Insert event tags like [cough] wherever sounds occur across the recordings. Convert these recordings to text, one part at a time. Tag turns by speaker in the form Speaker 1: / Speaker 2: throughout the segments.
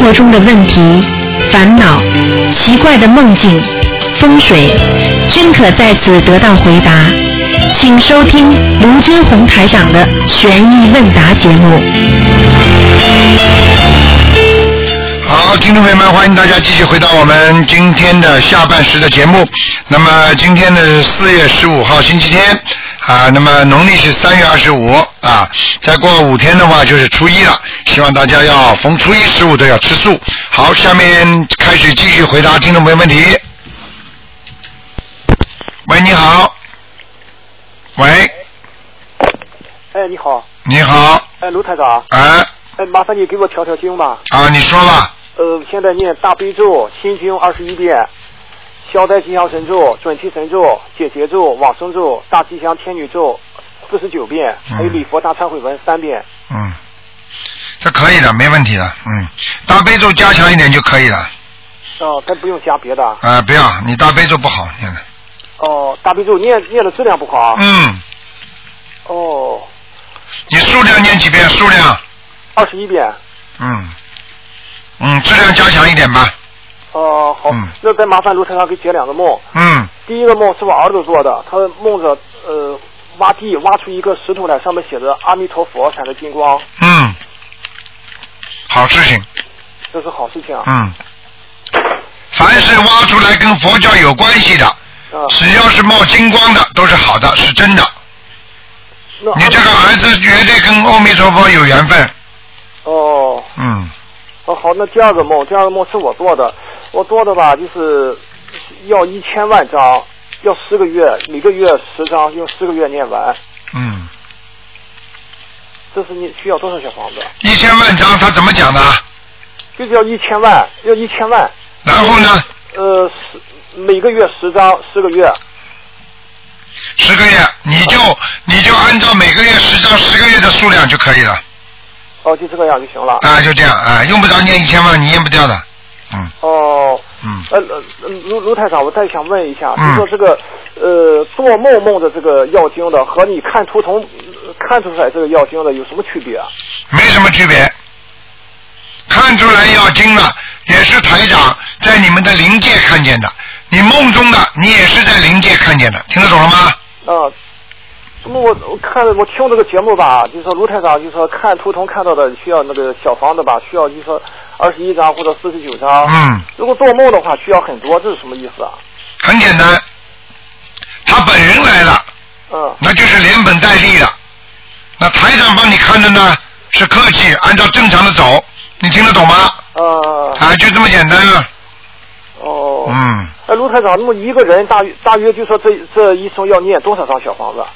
Speaker 1: 活中的问题、烦恼、奇怪的梦境、风水，均可在此得到回答。请收听卢军红台长的《悬疑问答》节目。
Speaker 2: 好，听众朋友们，欢迎大家继续回到我们今天的下半时的节目。那么今天呢是四月十五号星期天啊，那么农历是三月二十五啊，再过五天的话就是初一了。希望大家要逢初一十五都要吃素。好，下面开始继续回答听众朋友问题。喂，你好。喂，
Speaker 3: 哎，你好，
Speaker 2: 你好，
Speaker 3: 哎，卢台长，
Speaker 2: 哎
Speaker 3: 哎，麻烦你给我调调经吧。
Speaker 2: 啊，你说吧，
Speaker 3: 呃，现在念大悲咒、心经二十一遍，消灾吉祥神咒、准提神咒、解结咒、往生咒、大吉祥天女咒四十九遍，还有礼佛大忏悔文三遍。
Speaker 2: 嗯，这可以的，没问题的，嗯，大悲咒加强一点就可以了。
Speaker 3: 哦、咱不用加别的。
Speaker 2: 啊、不要，你大悲咒不好念的。
Speaker 3: 哦、大悲咒念念的质量不好啊。
Speaker 2: 嗯，
Speaker 3: 哦，
Speaker 2: 你数量念几遍？数量，
Speaker 3: 二十一遍。
Speaker 2: 嗯，嗯，质量加强一点吧。
Speaker 3: 哦、好，
Speaker 2: 嗯
Speaker 3: 那再麻烦卢台长给解两个梦。
Speaker 2: 嗯，
Speaker 3: 第一个梦是我儿子做的，他梦着呃挖地挖出一个石头来，上面写着阿弥陀佛，闪着金光，
Speaker 2: 嗯，好事情。
Speaker 3: 这是好事情啊。
Speaker 2: 嗯，凡是挖出来跟佛教有关系的，
Speaker 3: 嗯，
Speaker 2: 只要是冒金光的，都是好的，是真的。
Speaker 3: 那
Speaker 2: 你这个儿子绝对跟阿弥陀佛有缘分。
Speaker 3: 哦
Speaker 2: 嗯，
Speaker 3: 哦好，那第二个梦，第二个梦是我做的，我做的吧，就是要一千万张，要十个月，每个月十张，用十个月念完。
Speaker 2: 嗯，
Speaker 3: 这是你需要多少小房子？
Speaker 2: 一千万张他怎么讲的？
Speaker 3: 就是要一千万，要一千万，
Speaker 2: 然后呢，
Speaker 3: 呃，十每个月十张，十个月。
Speaker 2: 十个月你就你就按照每个月十张十个月的数量就可以了。
Speaker 3: 哦，就这个样就行了。
Speaker 2: 啊，就这样啊，用不着念一千万，你念不掉的。嗯
Speaker 3: 哦，
Speaker 2: 嗯，
Speaker 3: 呃，呃卢卢台长，我再想问一下，
Speaker 2: 嗯
Speaker 3: 就说这个，呃，做梦梦的这个药经的和你看图腾呃看出来这个药经的有什么区别啊？
Speaker 2: 没什么区别。看出来要经了，也是台长在你们的灵界看见的，你梦中的你也是在灵界看见的，听得懂了吗？
Speaker 3: 啊、那么我我看我听这个节目吧，就是说卢台长，就是说看图腾看到的需要那个小房子吧，需要就是说二十一张或者四十九张。
Speaker 2: 嗯，
Speaker 3: 如果做梦的话，需要很多，这是什么意思啊？
Speaker 2: 很简单，他本人来了，
Speaker 3: 嗯，
Speaker 2: 那就是连本带利的。那台长帮你看的呢，是客气，按照正常的走，你听得懂吗？
Speaker 3: 呃，
Speaker 2: 啊，就这么简单了。
Speaker 3: 哦，
Speaker 2: 嗯，
Speaker 3: 哎，卢台长，那么一个人大约大约就说这这一生要念多少张小房子？啊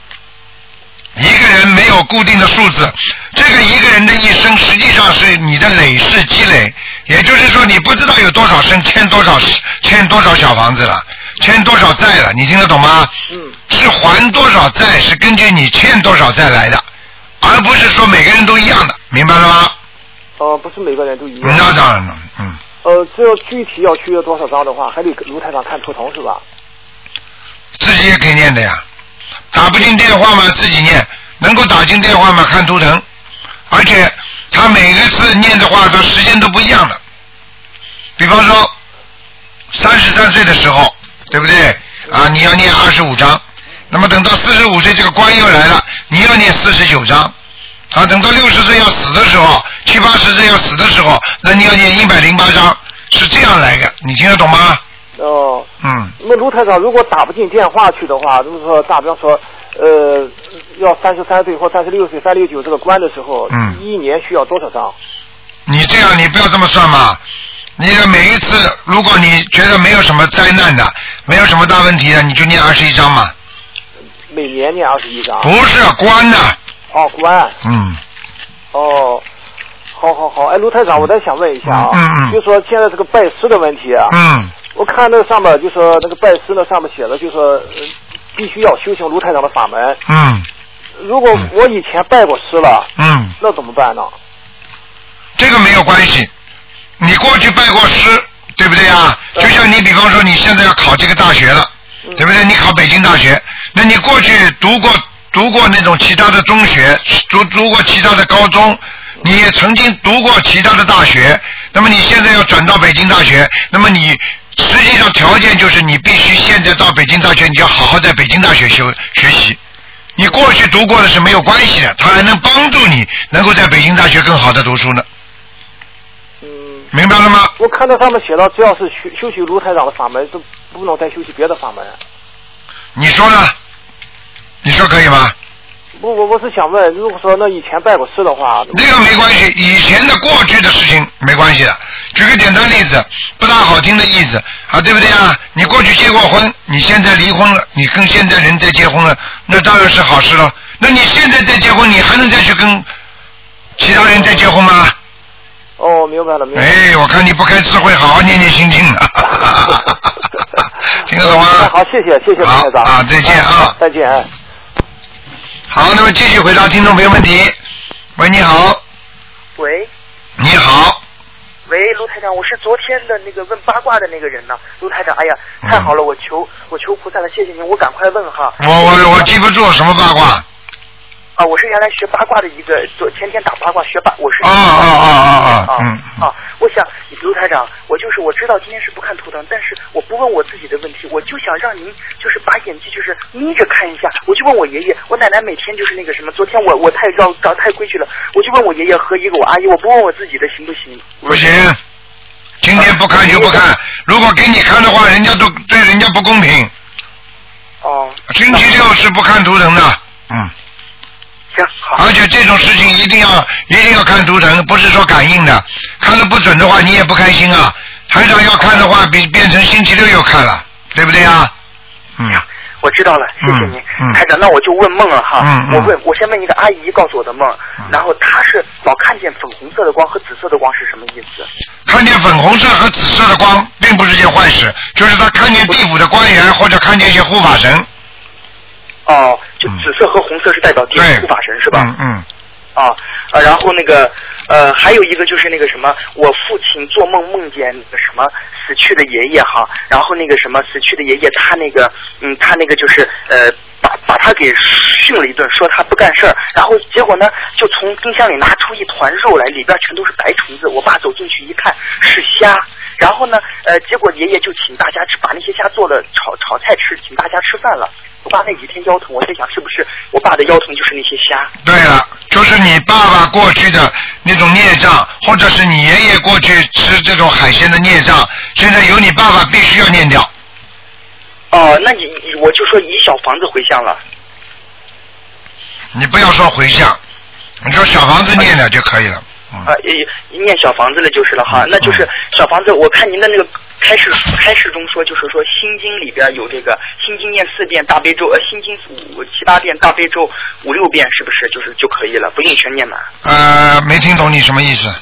Speaker 2: 一个人没有固定的数字，这个一个人的一生实际上是你的累世积累，也就是说你不知道有多少生欠多少欠多少小房子了，欠多少债了，你听得懂吗？
Speaker 3: 嗯，
Speaker 2: 是还多少债是根据你欠多少债来的，而不是说每个人都一样的，明白了吗？
Speaker 3: 呃，不是每个人都一样。
Speaker 2: 那当然了，嗯，
Speaker 3: 呃，这要具体要需要多少张的话，还得卢台长看图腾是吧？
Speaker 2: 自己也可以念的呀，打不进电话嘛，自己念，能够打进电话嘛，看图腾，而且他每个次念的话，他时间都不一样的。比方说，三十三岁的时候，对不对？啊，你要念二十五章，那么等到四十五岁这个官又来了，你要念四十九章。啊，等到六十岁要死的时候，七八十岁要死的时候，那你要念一百零八章，是这样来的，你听得懂吗？
Speaker 3: 哦、
Speaker 2: 嗯，
Speaker 3: 那卢台长如果打不进电话去的话，就是说打比方说，呃，要三十三岁或三十六岁、三六九这个关的时候，
Speaker 2: 嗯
Speaker 3: 一年需要多少张？
Speaker 2: 你这样，你不要这么算嘛。你的每一次，如果你觉得没有什么灾难的，没有什么大问题的，你就念二十一章嘛。
Speaker 3: 每年念二十一张。
Speaker 2: 不是关的，
Speaker 3: 哦，关。
Speaker 2: 嗯，
Speaker 3: 哦，好好好。哎，卢台长，我再想问一下啊，
Speaker 2: 嗯嗯嗯
Speaker 3: 就说现在这个拜师的问题啊，
Speaker 2: 嗯，
Speaker 3: 我看那个上面就说那个拜师那上面写的就说、呃必须要修行卢台长的法门。
Speaker 2: 嗯，
Speaker 3: 如果我以前拜过师了，
Speaker 2: 嗯，
Speaker 3: 那怎么办呢？
Speaker 2: 这个没有关系。你过去拜过师，对不对啊？
Speaker 3: 对
Speaker 2: 就像你比方说，你现在要考这个大学了，对不对？你考北京大学，那你过去读过读过那种其他的中学，读读过其他的高中，你也曾经读过其他的大学，那么你现在要转到北京大学，那么你实际上条件就是你必须现在到北京大学，你要好好在北京大学修学习。你过去读过的是没有关系的，它还能帮助你能够在北京大学更好的读书呢。
Speaker 3: 嗯，
Speaker 2: 明白了吗？
Speaker 3: 我看到他们写到，只要是修修习卢台长的法门，就不能再修习别的法门。
Speaker 2: 你说呢？你说可以吗？
Speaker 3: 不，我我是想问，如果说那以前拜过师的话，
Speaker 2: 那个没关系，以前的过去的事情没关系的。举个简单例子，不大好听的例子啊，对不对啊？你过去结过婚，你现在离婚了，你跟现在人再结婚了，那当然是好事了。那你现在再结婚，你还能再去跟其他人再结婚吗？
Speaker 3: 哦，明白了，明白了。
Speaker 2: 哎，我看你不开智慧，好好念念心经了， [laughs]
Speaker 3: [laughs]
Speaker 2: 听得懂
Speaker 3: 哎
Speaker 2: 吗？
Speaker 3: 好，谢谢，谢谢卢
Speaker 2: 好
Speaker 3: 台长。
Speaker 2: 啊再见啊
Speaker 3: 再见。哎
Speaker 2: 好，那么继续回答听众朋友问题。喂，你好，
Speaker 4: 喂
Speaker 2: 你好，
Speaker 4: 喂，卢台长，我是昨天的那个问八卦的那个人呢。卢台长，哎呀，太好了，我求我求菩萨了，谢谢您，我赶快问哈。
Speaker 2: 嗯我我我记不住什么八卦。
Speaker 4: 啊，我是原来学八卦的一个，昨前天打八卦学八，我是
Speaker 2: 哦哦哦哦哦，嗯
Speaker 4: 啊，啊！我想卢台长，我就是我知道今天是不看图腾，但是我不问我自己的问题，我就想让您就是把眼睛就是眯着看一下。我就问我爷爷，我奶奶每天就是那个什么，昨天我我太绕搞太规矩了，我就问我爷爷和一个我阿姨，我不问我自己的行不行？
Speaker 2: 不行，今天不看就不看。如果给你看的话，人家都对人家不公平。
Speaker 4: 哦，
Speaker 2: 星期六是不看图腾的，嗯，
Speaker 4: 行，好，
Speaker 2: 而且这种事情一定要一定要看图腾，不是说感应的。看的不准的话，你也不开心啊。台长要看的话，比变成星期六又看了，对不对啊？嗯，
Speaker 4: 我知道了，谢谢您，
Speaker 2: 嗯嗯
Speaker 4: 台长。那我就问梦了哈，
Speaker 2: 嗯嗯嗯
Speaker 4: 我问，我先问一个阿姨告诉我的梦，然后她是老看见粉红色的光和紫色的光是什么意思？
Speaker 2: 看见粉红色和紫色的光，并不是件坏事，就是他看见地府的官员或者看见一些护法神，
Speaker 4: 哦，就
Speaker 2: 嗯
Speaker 4: 紫色和红色是代表地
Speaker 2: 对，
Speaker 4: 府护法神是吧？
Speaker 2: 嗯嗯。
Speaker 4: 啊，呃，然后那个呃，还有一个就是那个什么，我父亲做梦梦见那个什么死去的爷爷哈，然后那个什么死去的爷爷他那个嗯，他那个就是呃。把把他给训了一顿，说他不干事儿，然后结果呢，就从冰箱里拿出一团肉来，里边全都是白虫子。我爸走进去一看是虾，然后呢，呃，结果爷爷就请大家吃，把那些虾做了炒炒菜吃，请大家吃饭了。我爸那几天腰疼，我在想是不是我爸的腰疼就是那些虾。
Speaker 2: 对了，就是你爸爸过去的那种孽障，或者是你爷爷过去吃这种海鲜的孽障，现在由你爸爸必须要念掉。
Speaker 4: 哦，那你你我就说以小房子回乡了。
Speaker 2: 你不要说回向，你说小房子念了就可以了。嗯
Speaker 4: 啊，，一念小房子了就是了
Speaker 2: 啊
Speaker 4: 哈，那就是小房子。我看您的那个开始开始中说，就是说《心经》里边有这个《心经》念四遍大悲咒，呃，《心经》五七八遍大悲咒五六遍，是不是就是就可以了？不用全念满。
Speaker 2: 呃，没听懂你什么意思？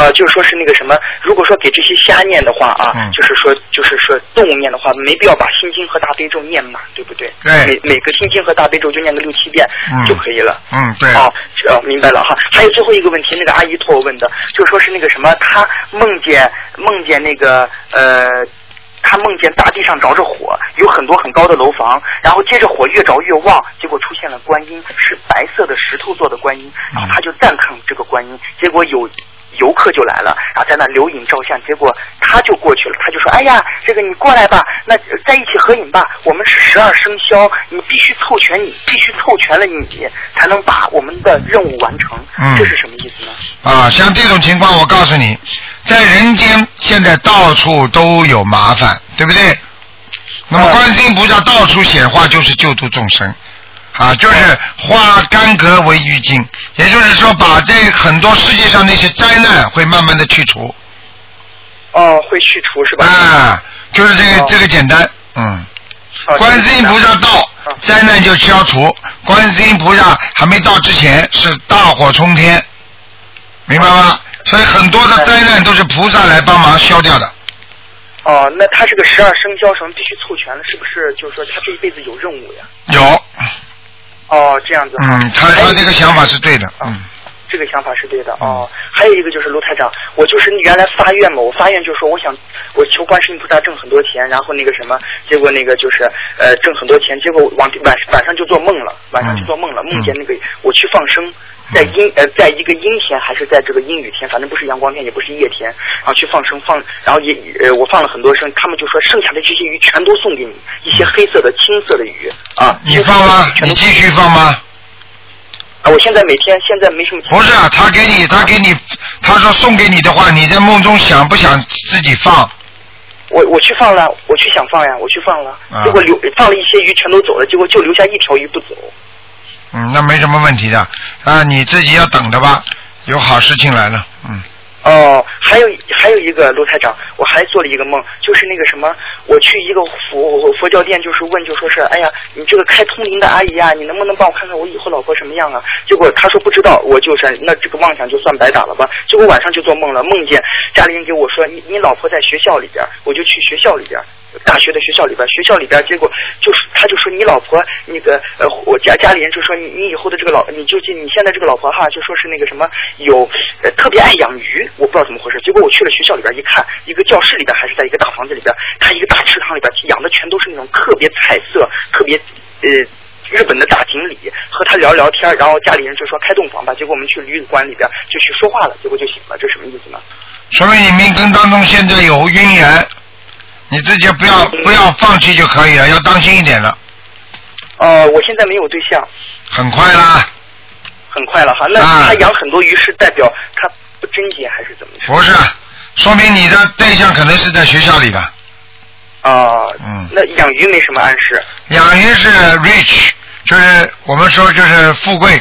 Speaker 4: 呃，就是说是那个什么，如果说给这些瞎念的话啊，
Speaker 2: 嗯
Speaker 4: 就是说就是说动物念的话，没必要把《心经》和大悲咒念满，对不对？
Speaker 2: 对
Speaker 4: 每每个《心经》和大悲咒就念个六七遍、
Speaker 2: 嗯
Speaker 4: 就可以了。
Speaker 2: 嗯，对，
Speaker 4: 哦，这哦，明白了哈。还有最后一个问题，那个阿姨托我问的，就说是那个什么，她梦见梦见那个呃。她梦见大地上着着火，有很多很高的楼房，然后接着火越着越旺，结果出现了观音，是白色的石头做的观音，然后她就赞叹这个观音，结果有游客就来了，然后在那留影照相，结果他就过去了，他就说：“哎呀，这个你过来吧，那呃在一起合影吧，我们是十二生肖，你必须凑全，你必须凑全了你，才能把我们的任务完成。
Speaker 2: 嗯
Speaker 4: 这是什么意思呢？
Speaker 2: 啊，像这种情况，我告诉你，在人间现在到处都有麻烦，对不对？那么观世音菩萨到处显化，就是救度众生，啊，就是化干戈为玉帛，也就是说，把这很多世界上那些灾难会慢慢的去除，
Speaker 4: 哦，会去除是吧？
Speaker 2: 啊，就是这个
Speaker 4: 哦
Speaker 2: 这个简单，嗯。
Speaker 4: 哦
Speaker 2: 观世音菩萨到
Speaker 4: 嗯，
Speaker 2: 灾难就消除；观世音菩萨还没到之前，是大火冲天，明白吗？所以很多的灾难都是菩萨来帮忙消掉的。
Speaker 4: 哦，那他这个十二生肖什么必须凑全了，是不是就是说他这一辈子有任务呀？
Speaker 2: 有，
Speaker 4: 哦，这样子。
Speaker 2: 嗯，他
Speaker 4: 还有
Speaker 2: 他这个想法是对的，
Speaker 4: 嗯
Speaker 2: 嗯，
Speaker 4: 这个想法是对的哦。还有一个就是卢台长，我就是原来发愿嘛，我发愿就说我想我求观世音菩萨挣很多钱，然后那个什么，结果那个就是呃挣很多钱，结果晚晚晚上就做梦了，晚上就做梦了，
Speaker 2: 嗯
Speaker 4: 梦见那个我去放生，在阴呃，在一个阴天还是在这个阴雨天，反正不是阳光天，也不是夜天，然后去放生放，然后也呃，我放了很多生，他们就说剩下的这些鱼全都送给你，一些黑色的、青色的鱼啊，
Speaker 2: 嗯你放吗？
Speaker 4: 全
Speaker 2: 你
Speaker 4: 都
Speaker 2: 继续放吗？
Speaker 4: 嗯啊，我现在每天现在没什么
Speaker 2: 不是啊，他给你，他给你，他说送给你的话，你在梦中想不想自己放？
Speaker 4: 我我去放了，我去想放呀，我去放了，
Speaker 2: 啊
Speaker 4: 结果留放了一些鱼全都走了，结果就留下一条鱼不走。
Speaker 2: 嗯，那没什么问题的，啊，你自己要等着吧，有好事情来了，嗯，
Speaker 4: 哦，还有还有一个卢台长，我还做了一个梦，就是那个什么，我去一个佛佛教店，就是问，就说是，哎呀，你这个开通灵的阿姨啊，你能不能帮我看看我以后老婆什么样啊？结果她说不知道，我就是那这个妄想就算白打了吧。结果晚上就做梦了，梦见家里人给我说，你你老婆在学校里边儿，我就去学校里边儿。大学的学校里边，学校里边，结果就是他就说你老婆那个呃，我家家里人就说你你以后的这个老，你就记你现在这个老婆哈，就说是那个什么有呃特别爱养鱼，我不知道怎么回事。结果我去了学校里边一看，一个教室里边还是在一个大房子里边，他一个大池塘里边养的全都是那种特别彩色、特别呃日本的大锦鲤，和他聊聊天，然后家里人就说开洞房吧，结果我们去旅馆里边就去说话了，结果就醒了，这什么意思呢？
Speaker 2: 说明你命根当中现在有姻缘，你自己不要不要放弃就可以了，要当心一点了，
Speaker 4: 呃，我现在没有对象。
Speaker 2: 很快啦，
Speaker 4: 很快了哈。那
Speaker 2: 啊
Speaker 4: 他养很多鱼是代表他不贞洁还是怎么着？
Speaker 2: 不是，啊说明你的对象可能是在学校里的，
Speaker 4: 啊、
Speaker 2: 嗯
Speaker 4: 那养鱼没什么暗示
Speaker 2: 养鱼是 rich，就是我们说就是富贵，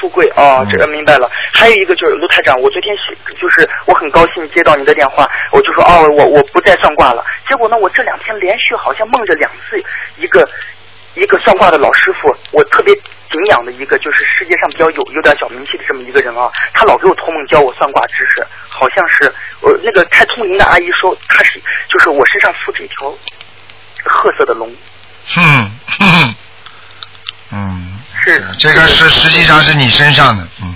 Speaker 4: 富贵哦
Speaker 2: 嗯，
Speaker 4: 这个明白了。还有一个就是卢台长，我昨天写就是我很高兴接到您的电话，我就说哦，我我不再算卦了。结果呢，我这两天连续好像梦着两次一个。一个算卦的老师傅，我特别敬仰的一个，就是世界上比较有有点小名气的这么一个人啊，他老给我托梦教我算卦知识，好像是我那个开通灵的阿姨说，他是就是我身上附着一条褐色的龙，
Speaker 2: 哼哼哼，嗯，
Speaker 4: 是
Speaker 2: 这个是实际上是你身上的，嗯。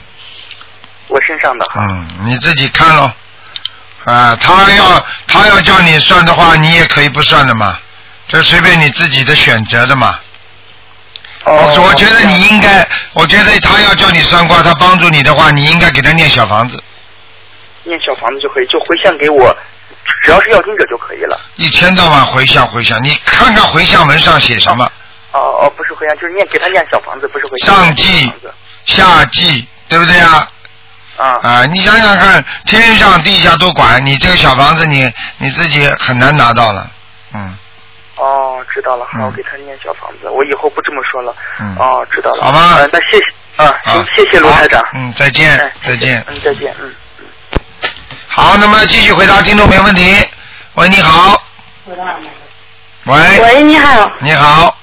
Speaker 4: 我身上的哈。
Speaker 2: 嗯，你自己看咯。啊，他要他要叫你算的话，你也可以不算的嘛，这随便你自己的选择的嘛。
Speaker 4: 哦，
Speaker 2: 我我觉得你应该，我觉得他要叫你算卦，他帮助你的话，你应该给他念小房子，
Speaker 4: 念小房子就可以，就回向给我，只要是要经者就可以了。
Speaker 2: 一天到晚回向回向，你看看回向文上写什么，
Speaker 4: 哦哦，不是回向，就是念给他念小房子，不是回向。
Speaker 2: 上
Speaker 4: 念
Speaker 2: 季
Speaker 4: 小房子、
Speaker 2: 下季，对不对啊？
Speaker 4: 啊，
Speaker 2: 啊，你想想看，天上地下都管，你这个小房子你你自己很难拿到了，嗯，
Speaker 4: 哦，知道了，好，
Speaker 2: 嗯
Speaker 4: 我给他念小房子，我以后不这么说了。
Speaker 2: 嗯
Speaker 4: 哦，知道了。
Speaker 2: 好吧
Speaker 4: 呃那谢谢，啊，
Speaker 2: 好
Speaker 4: 行，，谢谢卢台长
Speaker 2: 好。嗯，再见
Speaker 4: 哎，
Speaker 2: 再见。
Speaker 4: 嗯，再见，嗯。
Speaker 2: 好，那么继续回答听众朋友问题。喂，你好。喂，哎
Speaker 5: 喂，你好，
Speaker 2: 你好，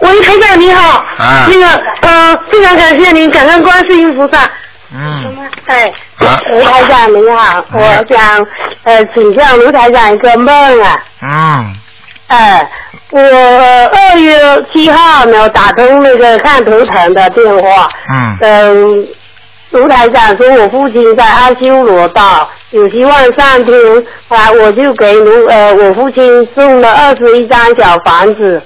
Speaker 5: 喂，台长你好，
Speaker 2: 啊
Speaker 5: 那个呃，非常感谢您，感恩观世音菩萨。
Speaker 2: 嗯，
Speaker 5: 哎，
Speaker 2: 啊
Speaker 5: 卢台长你好，
Speaker 2: 嗯
Speaker 5: 我想呃请教卢台长一个梦啊，
Speaker 2: 嗯，
Speaker 5: 呃，我呃二月七号呢打通那个看图腾的电话，
Speaker 2: 嗯，
Speaker 5: 嗯，卢台长说我父亲在阿修罗道，有希望上天，啊，我就给卢呃我父亲送了二十一张小房子。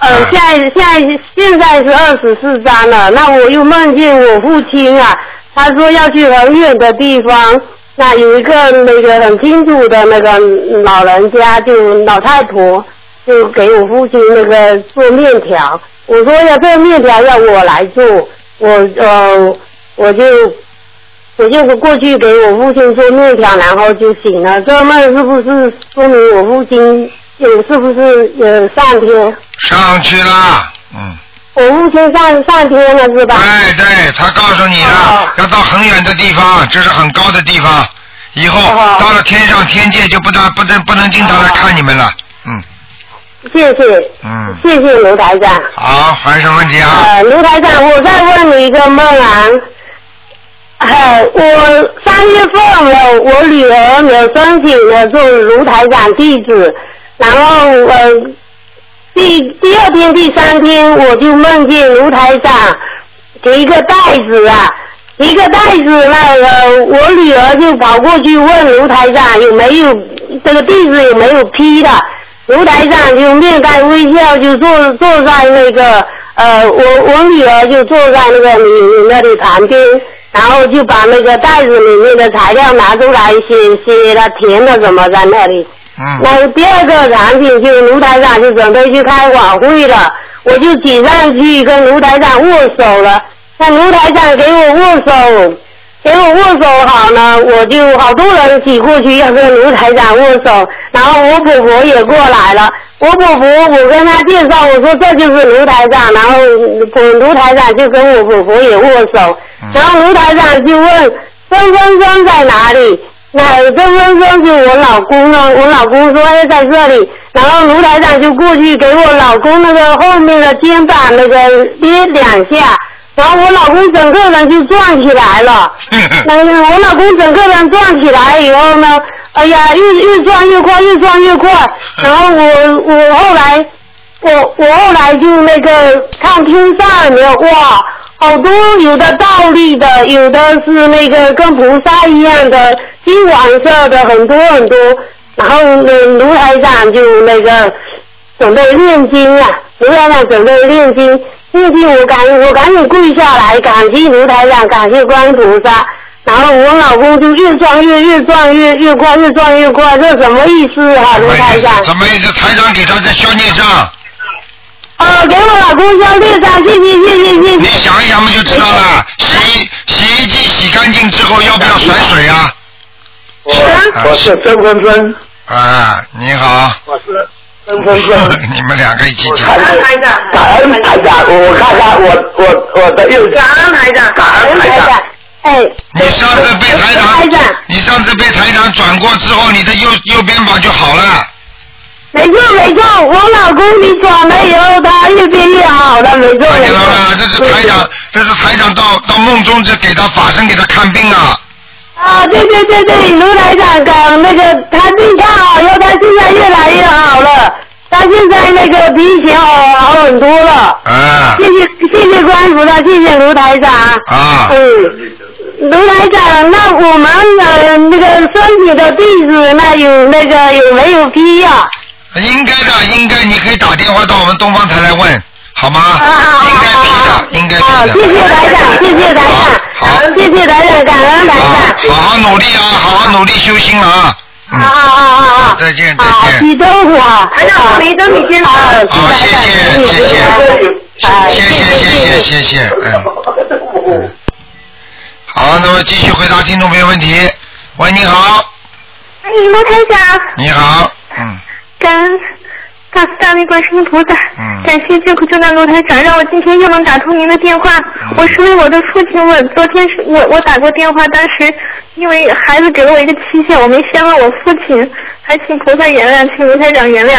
Speaker 5: 呃，
Speaker 2: 啊
Speaker 5: 现在现在现在是二十四张了，那我又梦见我父亲啊，他说要去很远的地方，那有一个那个很清楚的那个老人家，就老太婆，就给我父亲那个做面条。我说要这个面条要我来做，我呃我就我就过去给我父亲做面条，然后就醒了。这个梦是不是说明我父亲有是不是有上天？
Speaker 2: 上去啦，嗯，
Speaker 5: 我父亲上上天了是吧？
Speaker 2: 对哎对，他告诉你了
Speaker 6: 啊
Speaker 5: 哦，
Speaker 2: 要到很远的地方，就是很高的地方，以后
Speaker 5: 哦
Speaker 6: 啊
Speaker 2: 到了天上天界就不能不能不能经常来看你们了，嗯
Speaker 5: 谢谢
Speaker 6: 啊
Speaker 2: 嗯，
Speaker 5: 谢谢卢台长。
Speaker 2: 好，还有什么问题啊？
Speaker 6: 哎
Speaker 5: 呃，卢台长，我再问你一个梦啊。呃，我三月份我我女儿有申请了做卢台长弟子，然后呃第第二天、第三天我就梦见卢台长提一个袋子啊，提一个袋子那个呃我女儿就跑过去问卢台长有没有这个弟子有没有批的，卢台长就面带微笑就坐坐在那个呃，我我女儿就坐在那个你你那里旁边，然后就把那个袋子里面的材料拿出来写写了填了什么在那里。
Speaker 2: [laughs] 嗯，
Speaker 5: 那第二个产品就卢台长就准备去开晚会了，我就挤上去跟卢台长握手了。那卢台长给我握手，给我握手好呢，我就好多人挤过去要跟卢台长握手，然后我婆婆也过来了。我婆婆我跟她介绍，我说这就是卢台长，然后嗯卢台长就跟我婆婆也握手
Speaker 2: 嗯，
Speaker 5: 然后卢台长就问曾曾曾在哪里？那曾曾曾就我老公呢，我老公说哎在这里，然后卢台长就过去给我老公那个后面的肩膀那个捏两下，然后我老公整个人就转起来了。 [laughs] 那哎我老公整个人转起来以后呢，哎呀，越越转越快，越转越快。然后我我后来，我我后来就那个看天上有没有哇，好多有的倒立的，有的是那个跟菩萨一样的金黄色的，很多很多。然后呢，卢台长就那个准备念经啊，卢台长准备念经，念经我赶我赶紧跪下来，感谢卢台长，感谢观音菩萨。然后我老公就越撞越越撞越越快，越撞越快，这什么意思啊，
Speaker 2: 什
Speaker 5: 卢
Speaker 2: 么
Speaker 5: 台
Speaker 2: 意
Speaker 5: 长
Speaker 2: 思？？什么意思？台长给他在消孽
Speaker 6: 哎
Speaker 2: 障，
Speaker 5: 哦，给我老公消孽障，谢谢谢谢谢
Speaker 2: 你
Speaker 5: 谢。
Speaker 2: 想一想嘛就知道
Speaker 6: 哎
Speaker 2: 了。洗衣洗衣机洗干净之后要不要甩水啊？
Speaker 6: 我我是曾坤坤，
Speaker 2: 啊，你好，
Speaker 6: 我是曾坤坤。
Speaker 2: [laughs] 你们两个一起
Speaker 6: 我
Speaker 2: 讲
Speaker 6: 看。看感恩台长，我看看我我我的右。感恩台长，感恩台长。
Speaker 5: 哎，
Speaker 2: 你上次被台
Speaker 5: 台
Speaker 2: 长
Speaker 5: 长，
Speaker 2: 你上次被台长转过之后，你的右右边膀就好了。
Speaker 5: 没错没错，我老公你转了以后，他越变越好了，没错
Speaker 2: 看
Speaker 5: 没
Speaker 2: 见了吗？
Speaker 5: 错。
Speaker 2: 这是台长，这是台长到到梦中就给他法身给他看病啊。
Speaker 5: 啊，对对对对，卢台长讲那个他病看好以后，他现在越来越好了，他现在那个比以前好好很多了。
Speaker 2: 啊
Speaker 5: 谢谢谢谢关菩萨，谢谢卢台长。
Speaker 2: 啊，
Speaker 5: 嗯，卢台长，那我们呃那个身体的弟子，那有那个有没有必要？
Speaker 2: 应该的，应该你可以打电话到我们东方台来问，好吗？
Speaker 5: 啊好
Speaker 2: 应该批
Speaker 5: 好好
Speaker 2: 的，应该
Speaker 5: 好，
Speaker 2: 批的。
Speaker 5: 谢啊谢台长，谢谢台
Speaker 2: 好好
Speaker 5: 长，谢谢台长，感恩台
Speaker 2: 啊，
Speaker 5: 长。
Speaker 2: 好好努力啊，好好努力修心啊。
Speaker 5: 啊
Speaker 2: 嗯，
Speaker 5: 啊啊啊！啊
Speaker 2: 再见再见
Speaker 5: 好，激动我，台长，哎我没等你先好，谢
Speaker 2: 好，啊谢谢谢谢谢
Speaker 5: 哎，
Speaker 2: 啊谢谢谢谢谢，嗯嗯。好，那么继续回答听众朋友问题。喂，你好，
Speaker 7: 哎，罗台长，
Speaker 2: 你好，嗯，
Speaker 7: 感恩大慈大悲观世音菩萨，
Speaker 2: 嗯
Speaker 7: 感谢救苦救难罗台长，让我今天又能打通您的电话。
Speaker 2: 嗯
Speaker 7: 我是为我的父亲，我昨天是我我打过电话，当时因为孩子给了我一个期限，我没先问我父亲，还请菩萨原谅，请罗台长原谅。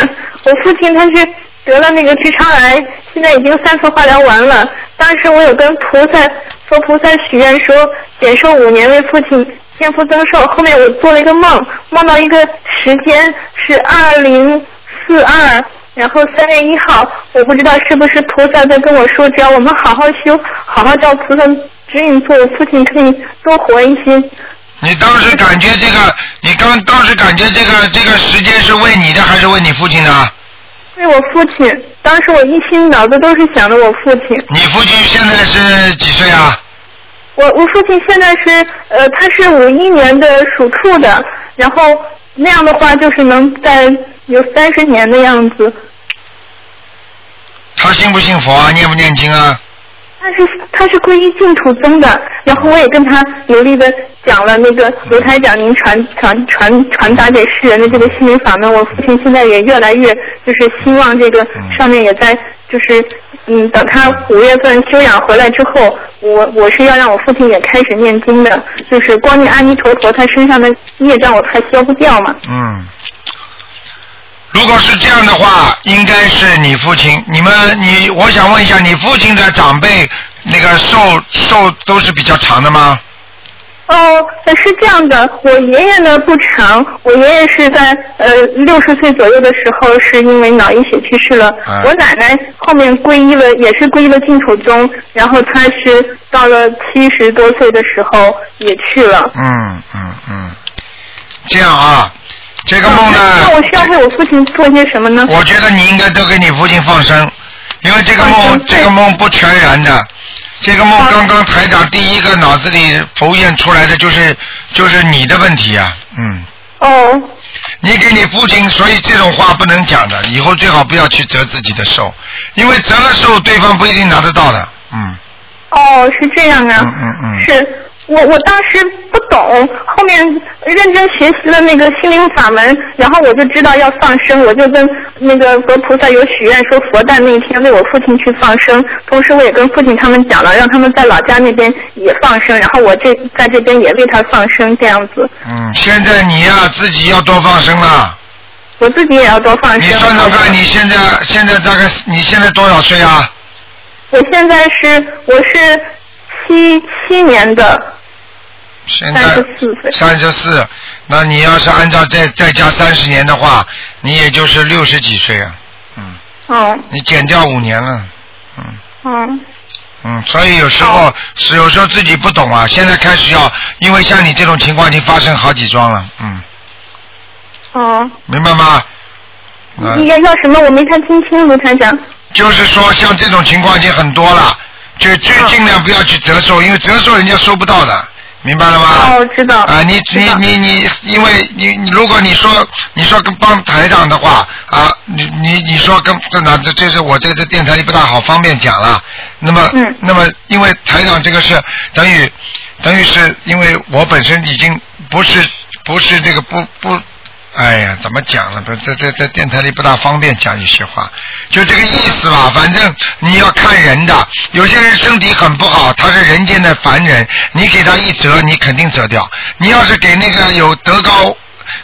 Speaker 7: 我父亲他是得了那个直肠癌，现在已经三次化疗完了。当时我有跟菩萨说菩萨许愿说减寿五年为父亲添福增寿。后面我做了一个梦，梦到一个时间是二零四二，然后三月一号，我不知道是不是菩萨在跟我说，只要我们好好修，好好照菩萨指引做，我父亲可以多活一些。
Speaker 2: 你当时感觉这个，你刚当时感觉这个这个时间是为你的还是为你父亲的？
Speaker 7: 对我父亲，当时我一心脑子都是想着我父亲。
Speaker 2: 你父亲现在是几岁啊？
Speaker 7: 我我父亲现在是呃，他是五一年的属兔的，然后那样的话就是能在有三十年的样子。
Speaker 2: 他信不信佛啊？念不念经啊？
Speaker 7: 他是他是皈依净土宗的，然后我也跟他努力的讲了那个卢台长您传传传传达给世人的这个心灵法门。我父亲现在也越来越就是希望这个上面也在就是嗯，等他五月份休养回来之后，我我是要让我父亲也开始念经的，就是光念阿弥陀佛，他身上的业障我还消不掉嘛。
Speaker 2: 嗯，如果是这样的话，应该是你父亲。你们，你，我想问一下，你父亲的长辈那个寿寿都是比较长的吗？
Speaker 7: 哦，呃是这样的，我爷爷呢不长，我爷爷是在呃六十岁左右的时候是因为脑溢血去世了。
Speaker 2: 啊
Speaker 7: 我奶奶后面皈依了，也是皈依了净土宗，然后她是到了七十多岁的时候也去了。
Speaker 2: 嗯嗯嗯，这样啊，这个梦呢嗯
Speaker 7: 那，我需要为我父亲做些什么呢？
Speaker 2: 我觉得你应该都给你父亲放生，因为这个梦这个梦不全然的，这个梦刚刚台长第一个脑子里浮现出来的就是就是你的问题啊，嗯。
Speaker 7: 哦，
Speaker 2: 你给你父亲，所以这种话不能讲的，以后最好不要去折自己的寿，因为折了寿，对方不一定拿得到的。嗯
Speaker 7: 哦，是这样啊。
Speaker 2: 嗯嗯，
Speaker 7: 是我我当时不懂，后面认真学习了那个心灵法门，然后我就知道要放生，我就跟那个佛菩萨有许愿，说佛诞那一天为我父亲去放生，同时我也跟父亲他们讲了，让他们在老家那边也放生，然后我这在这边也为他放生这样子，
Speaker 2: 嗯，现在你呀、自己要多放生了。
Speaker 7: 我自己也要多放生。啊
Speaker 2: 你算算看，你现在现在大概是你现在多少岁啊？
Speaker 7: 我现在是我是七七年的，
Speaker 2: 现在三十四。那你要是按照再再加三十年的话，你也就是六十几岁啊。
Speaker 7: 嗯
Speaker 2: 你减掉五年了，
Speaker 7: 嗯
Speaker 2: 嗯，所以有时候是有时候自己不懂啊。现在开始要，因为像你这种情况已经发生好几桩了，嗯，
Speaker 7: 哦，
Speaker 2: 明白吗？啊、
Speaker 7: 你要要什么我没太听清，卢台长。
Speaker 2: 就是说像这种情况已经很多了，就就尽量不要去折寿，因为折寿人家收不到的，明白了吗？
Speaker 7: 嗯哦，知道。
Speaker 2: 啊，你你你你，因为你你如果你说你说跟帮台长的话啊，你你你说跟这哪这这是我在这电台里不大好方便讲了。那么，嗯、那么因为台长这个是等于等于是因为我本身已经不是不是这个不不。哎呀，怎么讲了？不在在在电台里不大方便讲有些话，就这个意思吧。反正你要看人的，有些人身体很不好，他是人间的凡人，你给他一折，你肯定折掉。你要是给那个有德高、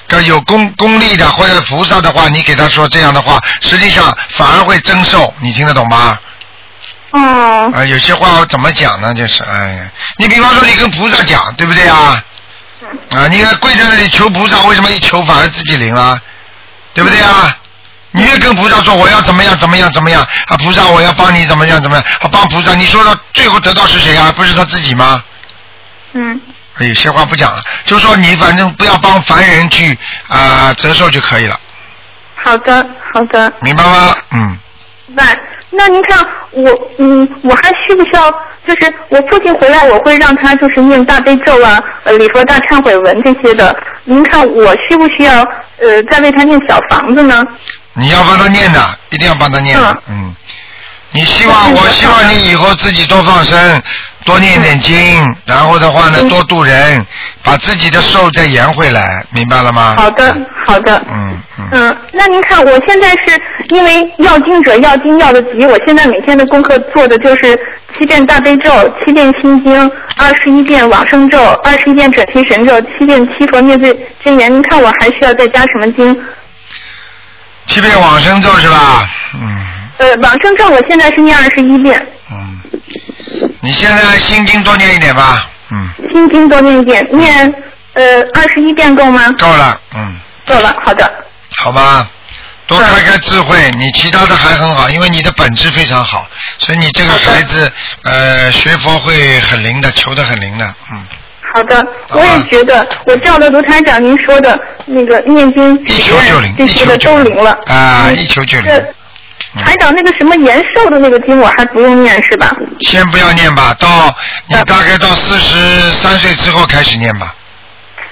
Speaker 2: 个有功功力的或者菩萨的话，你给他说这样的话，实际上反而会增寿。你听得懂吗？
Speaker 7: 哦，
Speaker 2: 啊，有些话我怎么讲呢？就是，哎呀，你比方说你跟菩萨讲，对不对啊？啊，你看跪在那里求菩萨，为什么一求反而自己灵了？对不对啊？你越跟菩萨说我要怎么样怎么样怎么样啊，菩萨我要帮你怎么样怎么样，啊帮菩萨，你说到最后得到是谁啊？不是他自己吗？
Speaker 7: 嗯，
Speaker 2: 有些话不讲了，就说你反正不要帮凡人去啊、折寿就可以了，
Speaker 7: 好的，好的，
Speaker 2: 明白吗？嗯，
Speaker 7: 明白。那您看我，嗯，我还需不需要？就是我父亲回来，我会让他就是念大悲咒啊，呃，礼佛大忏悔文这些的。您看我需不需要呃再为他念小房子呢？
Speaker 2: 你要帮他念的，一定要帮他念的，嗯。你希望我希望你以后自己多放生，多念点经，然后的话呢，多度人，把自己的寿再延回来，明白了吗？
Speaker 7: 好的，好的。
Speaker 2: 嗯
Speaker 7: 嗯，那您看，我现在是因为要经者要经要的急，我现在每天的功课做的就是七遍大悲咒、七遍心经、二十一遍往生咒、二十一遍准提神咒、七遍七佛灭罪真言。您看我还需要再加什么经？
Speaker 2: 七遍往生咒是吧？嗯
Speaker 7: 呃，往生咒我现在是念二十一遍，
Speaker 2: 你现在心经多念一点吧，嗯
Speaker 7: 心经多念一遍，念呃二十一遍够吗？
Speaker 2: 够了，嗯，
Speaker 7: 够了，好的，
Speaker 2: 好吧？多开
Speaker 7: 嗯
Speaker 2: 开智慧，你其他的还很好，因为你的本质非常好，所以你这个孩子呃学佛会很灵的，求的很灵的，嗯，
Speaker 7: 好的。我也觉得，我照着卢台长您说的那个念经、许愿这些的都灵了。
Speaker 2: 啊，一求就灵。
Speaker 7: 这台长那个什么延寿的那个经我还不用念是吧？
Speaker 2: 先不要念吧，到你
Speaker 7: 嗯
Speaker 2: 大概到四十三岁之后开始念吧，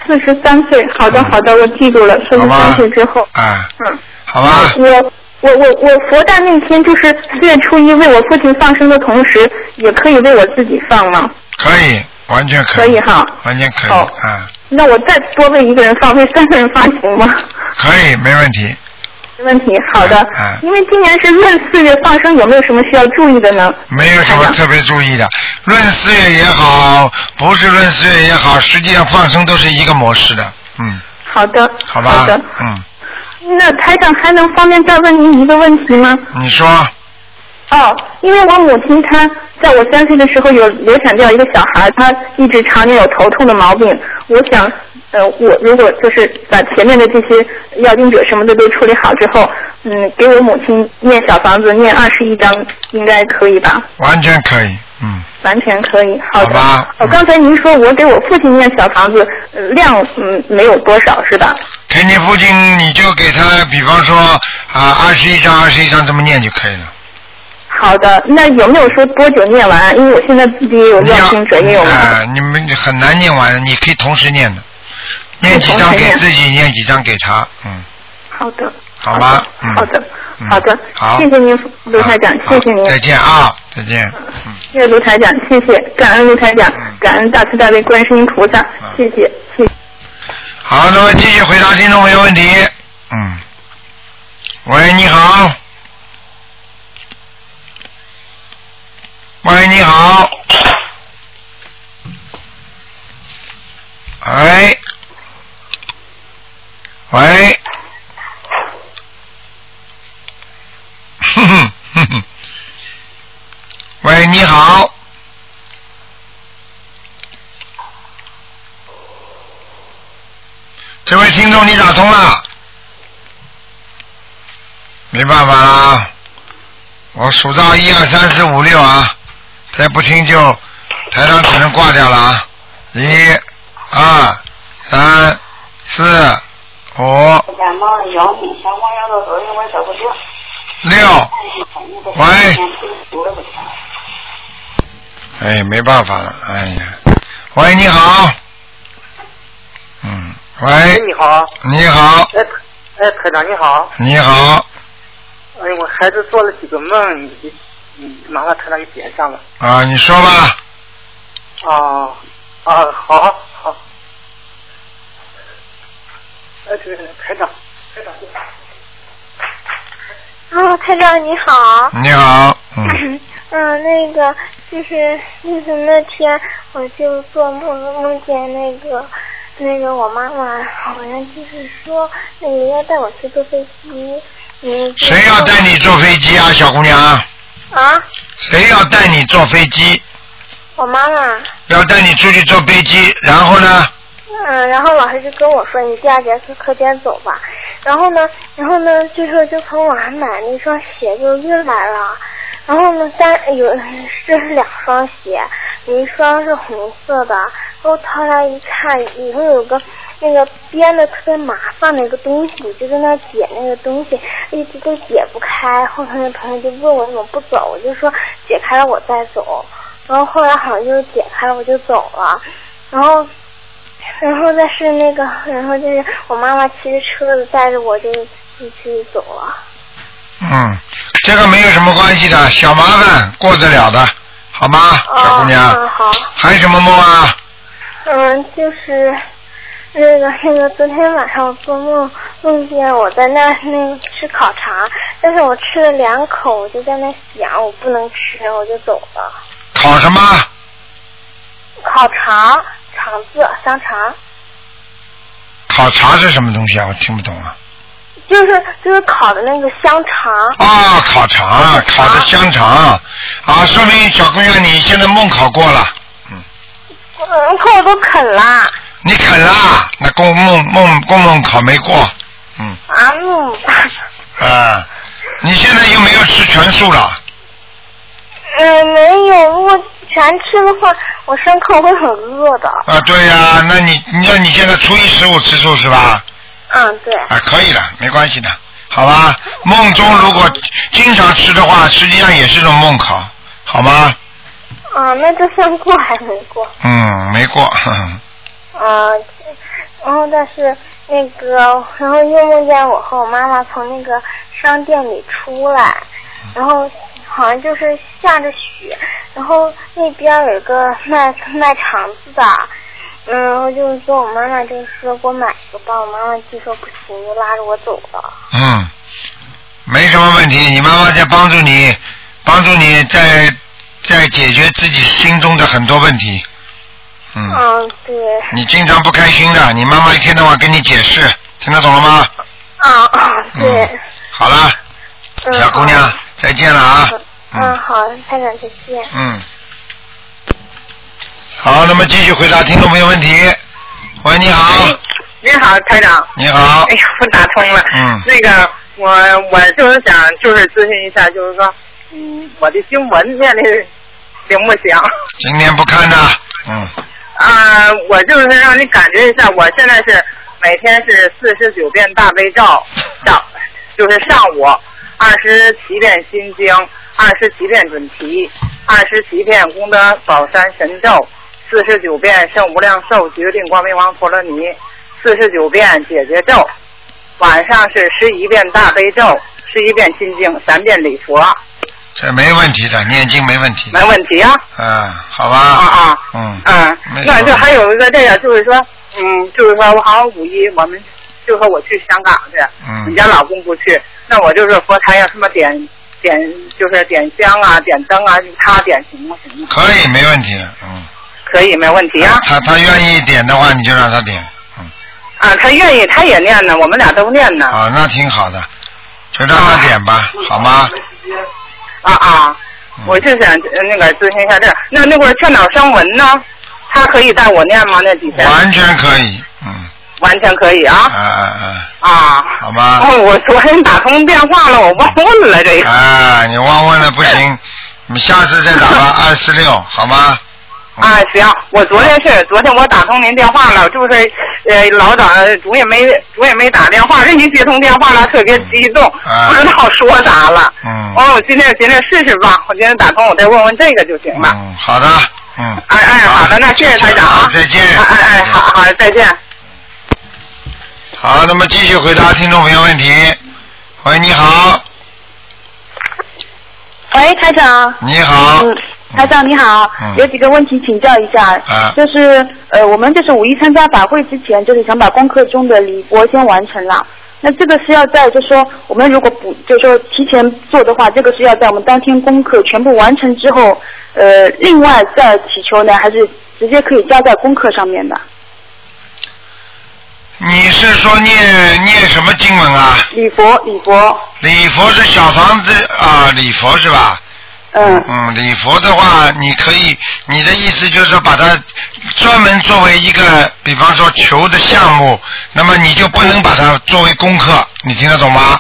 Speaker 7: 四十三岁，好的好的，我记住了，四十三岁之后，
Speaker 2: 嗯啊，
Speaker 7: 嗯，
Speaker 2: 好吧？
Speaker 7: 我我我我佛诞那天就是四月初一为我父亲放生的同时，也可以为我自己放吗？
Speaker 2: 可以，完全可以，
Speaker 7: 可以哈
Speaker 2: 完全可以，
Speaker 7: 好
Speaker 2: 啊，
Speaker 7: 那我再多为一个人放，为三个人放行吗？
Speaker 2: 可以，没问题，
Speaker 7: 没问题，好的。
Speaker 2: 啊，
Speaker 7: 因为今年是闰四月放生，有没有什么需要注意的呢？
Speaker 2: 没有什么特别注意的，论四月也好，不是论四月也好，实际上放生都是一个模式的，嗯，
Speaker 7: 好的，
Speaker 2: 好吧，
Speaker 7: 好的。
Speaker 2: 嗯，
Speaker 7: 那台长还能方便再问您一个问题吗？
Speaker 2: 你说，
Speaker 7: 哦，因为我母亲她在我三岁的时候有流产掉一个小孩，她一直常年有头痛的毛病。我想，呃，我如果就是把前面的这些要经者什么的都处理好之后，嗯，给我母亲念小房子念二十一章，应该可以吧？
Speaker 2: 完全可以，嗯，
Speaker 7: 完全可以，好
Speaker 2: 好
Speaker 7: 的。
Speaker 2: 吧嗯
Speaker 7: 哦，刚才您说我给我父亲念小房子，呃量嗯没有多少是吧？
Speaker 2: 给你父亲你就给他，比方说啊，二十一章二十一章这么念就可以了，
Speaker 7: 好的，那有没有说多久念完啊？因为我现在自己有嗯要经者，也有
Speaker 2: 啊、你们很难念完，你可以同时念的，念几张给自己，念几张给他，嗯，
Speaker 7: 好的，
Speaker 2: 好吗？嗯
Speaker 7: 好的，
Speaker 2: 嗯
Speaker 7: 好的，
Speaker 2: 好
Speaker 7: 谢谢您，卢台长，谢谢您，
Speaker 2: 再见啊，再见。
Speaker 7: 谢谢卢台长，谢谢，感恩卢台长，
Speaker 2: 嗯
Speaker 7: 感恩大慈大悲观世音菩萨，谢谢，谢谢。
Speaker 2: 好，那么继续回答听众朋友问题。嗯，喂，你好。喂，你好。喂。哎喂。 [laughs] 哼哼哼哼。喂，你好。这位听众，你打通了，没办法啦，我数到一二三四五六啊，再不听就台长只能挂掉了啊！一、二、三、四、五、
Speaker 8: 感冒有你像忘药的时候，因为走不动。
Speaker 2: 六。哎，没办法了，哎呀，喂，你好，嗯，喂，
Speaker 9: 哎你好，
Speaker 2: 你好，
Speaker 9: 哎哎，台长你好，
Speaker 2: 你好，
Speaker 9: 哎，我孩子做了几个梦，你你麻烦台长给点上吧。
Speaker 2: 啊，你说吧，
Speaker 9: 哦，啊，好，好。哎，这个台长，台长，
Speaker 10: 哦，台长你好。
Speaker 2: 你好，嗯。
Speaker 10: [laughs] 嗯，那个就是就是那天我就做梦梦见那个那个我妈妈好像就是说那个要带我去坐飞机，你
Speaker 2: 谁要带你坐飞机啊，小姑娘？
Speaker 10: 啊？
Speaker 2: 谁要带你坐飞机？
Speaker 10: 我妈妈，
Speaker 2: 要带你出去坐飞机，然后呢？
Speaker 10: 嗯，然后老师就跟我说你第二节课课间走吧，然后呢，然后呢，这时候就从网上买那双鞋就运来了，啊然后呢，三有这是两双鞋，有一双是红色的，然后掏来一看，里面有个那个编的特别麻烦的一个东西，我就在那解那个东西，一直都解不开。后头那朋友就问我怎么不走，我就说解开了我再走，然后后来好像就是解开了我就走了，然后。然后再是那个，然后就是我妈妈骑着车子带着我就一起走了。
Speaker 2: 嗯，这个没有什么关系的，小麻烦过得了的，好吗，小姑娘？
Speaker 10: 嗯，好。
Speaker 2: 还有什么梦啊？
Speaker 10: 嗯，就是那个那个，昨天晚上我做梦梦见我在那那个吃烤肠，但是我吃了两口，我就在那想我不能吃，我就走了。
Speaker 2: 考什么？
Speaker 10: 烤肠，肠子香肠，
Speaker 2: 考察是什么东西啊？我听不懂啊。
Speaker 10: 就是就是烤的那个香肠。
Speaker 2: 啊，烤肠啊，烤的香肠啊，啊说明小姑娘你现在梦考过了，
Speaker 10: 嗯，可我都啃了啊
Speaker 2: 你啃啦，那公梦梦公梦考没过
Speaker 10: 啊！嗯，
Speaker 2: 啊。你现在又没有吃全素了，
Speaker 10: 嗯，没有。如果全吃的话，我伤口会很饿的。
Speaker 2: 啊，对呀、那你那你现在初一十五吃素是吧？
Speaker 10: 嗯，对。
Speaker 2: 啊，可以了，没关系的，好吧？梦中如果经常吃的话，实际上也是种梦考，好吗？
Speaker 10: 啊，那就算过还没过。
Speaker 2: 嗯，没过， [laughs] 呵呵
Speaker 10: 啊，然后但是那个，然后又梦见我和我妈妈从那个商店里出来，然后好像就是下着雪，然后那边有一个卖卖肠子的。嗯，我就跟我妈妈就说给我买一个吧，我妈妈就说不行，就拉着我走了。
Speaker 2: 嗯，没什么问题。你妈妈在帮助你，帮助你在在解决自己心中的很多问题。嗯，
Speaker 10: 嗯，对，
Speaker 2: 你经常不开心的，你妈妈一天到晚跟你解释，听得懂了吗？
Speaker 10: 啊啊，对，
Speaker 2: 好了，
Speaker 10: 嗯，
Speaker 2: 小姑娘，再见了啊。
Speaker 10: 嗯，好，台长再见。
Speaker 2: 嗯。好，那么继续回答听众朋友问题。喂，你好，
Speaker 9: 你好，台长。
Speaker 2: 你好
Speaker 9: 哎呀，我打通了。
Speaker 2: 嗯
Speaker 9: 那个，我我就是想，就是咨询一下，就是说，嗯，我的经文念的行不行？
Speaker 2: 今天不看的，嗯，
Speaker 9: 啊、我就是让你感觉一下，我现在是每天是四十九遍大悲咒，上就是上午，
Speaker 7: 二十七遍心经，二十七遍准提，二十七遍功德宝山神咒，四十九遍圣无量寿决定光明王陀罗尼，四十九遍解结咒，晚上是十一遍大悲咒，十一遍心经，三遍礼佛，
Speaker 2: 这没问题的，念经没问题的。
Speaker 7: 没问题啊。
Speaker 2: 啊，好吧。
Speaker 7: 啊啊。
Speaker 2: 嗯。
Speaker 7: 嗯
Speaker 2: 没，
Speaker 7: 那
Speaker 2: 什么
Speaker 7: 就还有一个这个，就是说，嗯，就是说，我好像五一我们就说我去香港去，
Speaker 2: 嗯
Speaker 7: 你家老公不去，那我就是佛台上什么点点，就是点香啊、点灯啊，他点行不行？
Speaker 2: 可以，没问题的，嗯。
Speaker 7: 可以，没问题啊。
Speaker 2: 他他愿意点的话，你就让他点。嗯
Speaker 7: 啊，他愿意，他也念呢，我们俩都念呢。
Speaker 2: 啊，那挺好的，就让他点吧，好吗？
Speaker 7: 啊啊，
Speaker 2: 嗯
Speaker 7: 我就想呃那个咨询一下这，那那会儿劝导生文呢，他可以带我念吗？那几天
Speaker 2: 嗯完全可以，嗯，
Speaker 7: 完全可以
Speaker 2: 啊
Speaker 7: 啊
Speaker 2: 啊
Speaker 7: 啊。
Speaker 2: 啊，好
Speaker 7: 然
Speaker 2: 吗？
Speaker 7: 后我昨天打通电话了，我忘问了这个。
Speaker 2: 啊，你忘问了不行，你下次再打吧，二四六，好吗？
Speaker 7: 啊，
Speaker 2: 嗯
Speaker 7: 行，我昨天是昨天我打通您电话了，就是呃老早主也没主也没打电话，这一接通电话了特别激动，
Speaker 2: 啊
Speaker 7: 不知道说啥了。
Speaker 2: 嗯
Speaker 7: 完、了我今天寻思试试吧，我今天打通我再问问这个就行了。
Speaker 2: 嗯，好的，嗯，
Speaker 7: 哎哎，好的，那谢谢台长啊。
Speaker 2: 再见。嗯
Speaker 7: 哎哎哎，好好再见。
Speaker 2: 好，那么继续回答听众朋友问题。喂，你好，
Speaker 5: 喂，台长。
Speaker 2: 你好
Speaker 5: 嗯，台长你好，
Speaker 2: 嗯
Speaker 5: 有几个问题请教一下。
Speaker 2: 啊
Speaker 5: 就是呃，我们就是五一参加法会之前，就是想把功课中的礼佛先完成了。那这个是要在，就说我们如果不，就说提前做的话，这个是要在我们当天功课全部完成之后，呃，另外再祈求呢，还是直接可以加在功课上面的？
Speaker 2: 你是说念念什么经文啊？
Speaker 5: 礼佛，礼佛，
Speaker 2: 礼佛是小房子啊，礼佛是吧？
Speaker 5: 嗯
Speaker 2: 嗯，礼佛的话，你可以，你的意思就是说把它专门作为一个，比方说球的项目，那么你就不能把它作为功课，你听得懂吗？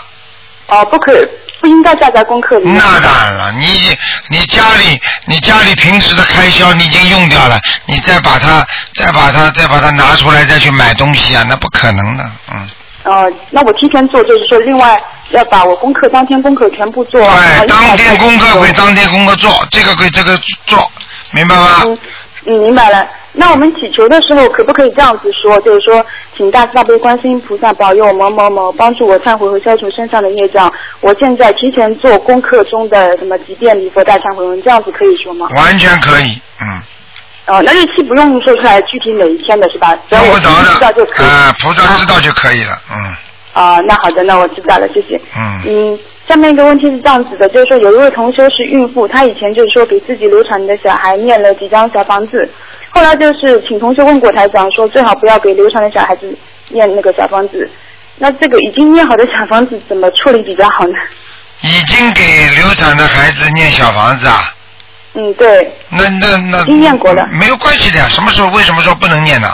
Speaker 5: 哦，不可不应该加在功课里面。
Speaker 2: 那当然了，你你家里你家里平时的开销你已经用掉了，你再把它再把它再把它拿出来再去买东西啊，那不可能的，嗯。
Speaker 5: 呃，那我提前做，就是说另外要把我功课当天功课全部做完。然
Speaker 2: 对，哎当
Speaker 5: 后另外
Speaker 2: 天
Speaker 5: 再
Speaker 2: 功课
Speaker 5: 做
Speaker 2: 会当天功课做，这个归这个做，明白吗？
Speaker 5: 嗯，明白了。那我们祈求的时候，可不可以这样子说？就是说，请大慈大悲观世音菩萨保佑某某某，帮助我忏悔和消除身上的业障。我现在提前做功课中的什么几遍礼佛大忏悔文，这样子可以说吗？
Speaker 2: 完全可以，嗯。
Speaker 5: 哦、那日期不用说出来，具体哪一天的是吧？只要我自己知道就可以。
Speaker 2: 啊，菩萨知道就可以了，嗯
Speaker 5: 啊、那好的，那我知道了，谢谢。
Speaker 2: 嗯
Speaker 5: 嗯，下面一个问题是这样子的，就是说有一位同修是孕妇，她以前就是说给自己流产的小孩念了几张小房子，后来就是请同修问过台长说最好不要给流产的小孩子念那个小房子，那这个已经念好的小房子怎么处理比较好呢？
Speaker 2: 已经给流产的孩子念小房子啊，
Speaker 5: 嗯，对，
Speaker 2: 那那那
Speaker 5: 已经念过了。
Speaker 2: 没有关系的呀，什么时候为什么说不能念呢？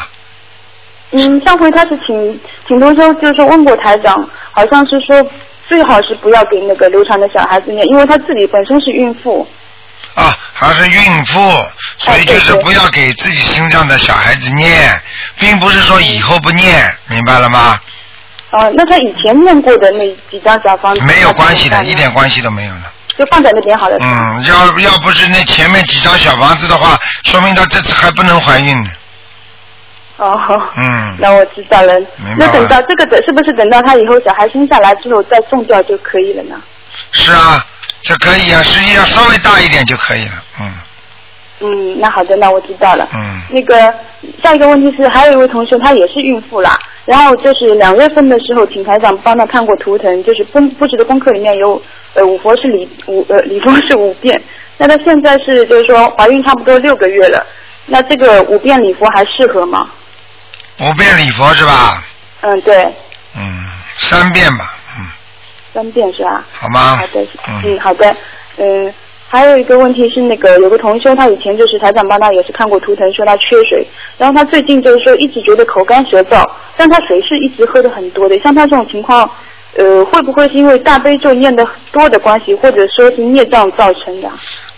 Speaker 5: 嗯，上回他是请请同修就是说问过台长，好像是说最好是不要给那个流产的小孩子念，因为他自己本身是孕妇。
Speaker 2: 啊，还是孕妇，
Speaker 5: 哎
Speaker 2: 所以就是不要给自己身上的小孩子念，并不是说以后不念，明白了吗？
Speaker 5: 哦，那他以前念过的那几张小方子
Speaker 2: 没有关系的，一点
Speaker 5: 系
Speaker 2: 关系都没有的。
Speaker 5: 就放在那边好了。
Speaker 2: 嗯，要要不是那前面几张小房子的话，说明她这次还不能怀孕呢。
Speaker 5: 哦，
Speaker 2: 嗯，
Speaker 5: [laughs] 那我知道了
Speaker 2: 明白了。
Speaker 5: 那等到这个等是不是等到他以后小孩生下来之后再送掉就可以了呢？
Speaker 2: 是啊，这可以啊，实际上稍微大一点就可以了。嗯
Speaker 5: 嗯，那好的，那我知道了。
Speaker 2: 嗯。
Speaker 5: 那个下一个问题是，还有一位同学，她也是孕妇啦。然后就是两月份的时候，请台长帮她看过图腾，就是布布置的功课里面有呃五佛是礼五呃礼佛是五遍，那她现在是就是说怀孕差不多六个月了，那这个五遍礼佛还适合吗？
Speaker 2: 五遍礼佛是吧？
Speaker 5: 嗯，对，
Speaker 2: 嗯，三遍吧，嗯
Speaker 5: 三遍是吧？
Speaker 2: 好吗？
Speaker 5: 好的，
Speaker 2: 嗯，
Speaker 5: 嗯，好的，嗯，还有一个问题是，那个有个同修，他以前就是台长帮他也是看过图腾，说他缺水，然后他最近就是说一直觉得口干舌燥，但他水是一直喝的很多的，像他这种情况，呃，会不会是因为大悲咒念的多的关系，或者说是孽障造成的？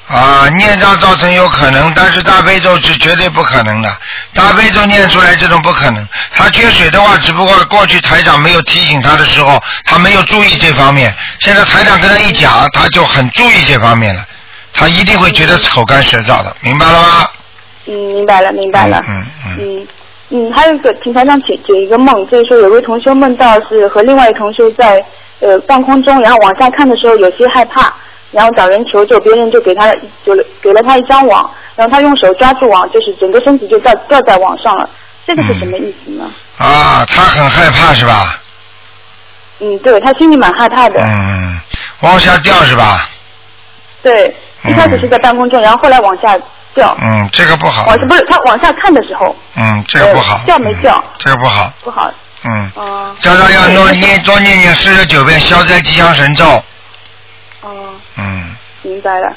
Speaker 2: 啊，念障造成有可能，但是大悲咒是绝对不可能的。大悲咒念出来这种不可能。他缺水的话，只不过过去台长没有提醒他的时候，他没有注意这方面。现在台长跟他一讲，他就很注意这方面了，他一定会觉得口干舌燥的，明白了吗？
Speaker 5: 嗯，明白了，明白了。
Speaker 2: 嗯
Speaker 5: 嗯嗯，还有一个请台上解解一个梦，就是说有位同修梦到是和另外一同修在呃半空中，然后往下看的时候有些害怕，然后找人求救，别人就给他就了给了他一张网，然后他用手抓住网，就是整个身体就掉掉在网上了，这个是什么意思呢？
Speaker 2: 啊，他很害怕是吧？
Speaker 5: 嗯，对他心里蛮害怕的，
Speaker 2: 嗯，往下掉是吧？
Speaker 5: 对，一开始是在半空中，然后后来往下掉，
Speaker 2: 嗯，这个不好
Speaker 5: 往，下不是他往下看的时候，
Speaker 2: 嗯，这个不好嗯
Speaker 5: 呃，掉没哦掉？
Speaker 2: 这个不好，
Speaker 5: 不好，
Speaker 2: 嗯，叫他要多念多念念四十九遍消灾吉祥神咒，
Speaker 5: 哦
Speaker 2: 嗯，
Speaker 5: 明白了。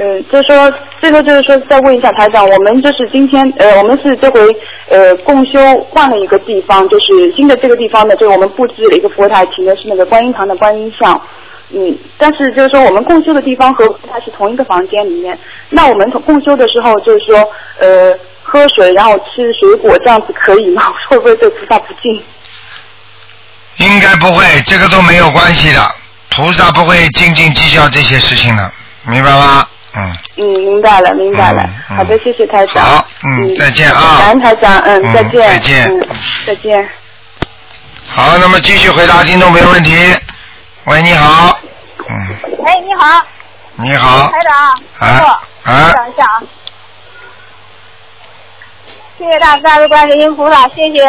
Speaker 5: 嗯，就说最后就是说再问一下台长，我们就是今天呃，我们是这回呃共修换了一个地方，就是新的这个地方呢，就是我们布置了一个佛台，请的是那个观音堂的观音像。嗯，但是就是说我们共修的地方和它是同一个房间里面，那我们同共修的时候就是说呃喝水然后吃水果这样子可以吗？ [laughs] 会不会对菩萨不敬？
Speaker 2: 应该不会，这个都没有关系的，菩萨不会斤斤计较这些事情的，明白吗？嗯，
Speaker 5: 嗯，明白了，明白了。好的，谢谢台长。好，
Speaker 2: 嗯再见啊
Speaker 5: 感恩台长，嗯，
Speaker 2: 嗯
Speaker 5: 再见，
Speaker 2: 再见
Speaker 5: 嗯，再见。
Speaker 2: 好，那么继续回答听众朋友问题。喂，你好，嗯
Speaker 10: 哎，你好，
Speaker 2: 你好，
Speaker 10: 台长，师
Speaker 2: 啊
Speaker 10: 傅，
Speaker 2: 啊
Speaker 10: 等一下啊，谢谢大慈大悲观世音菩萨，谢谢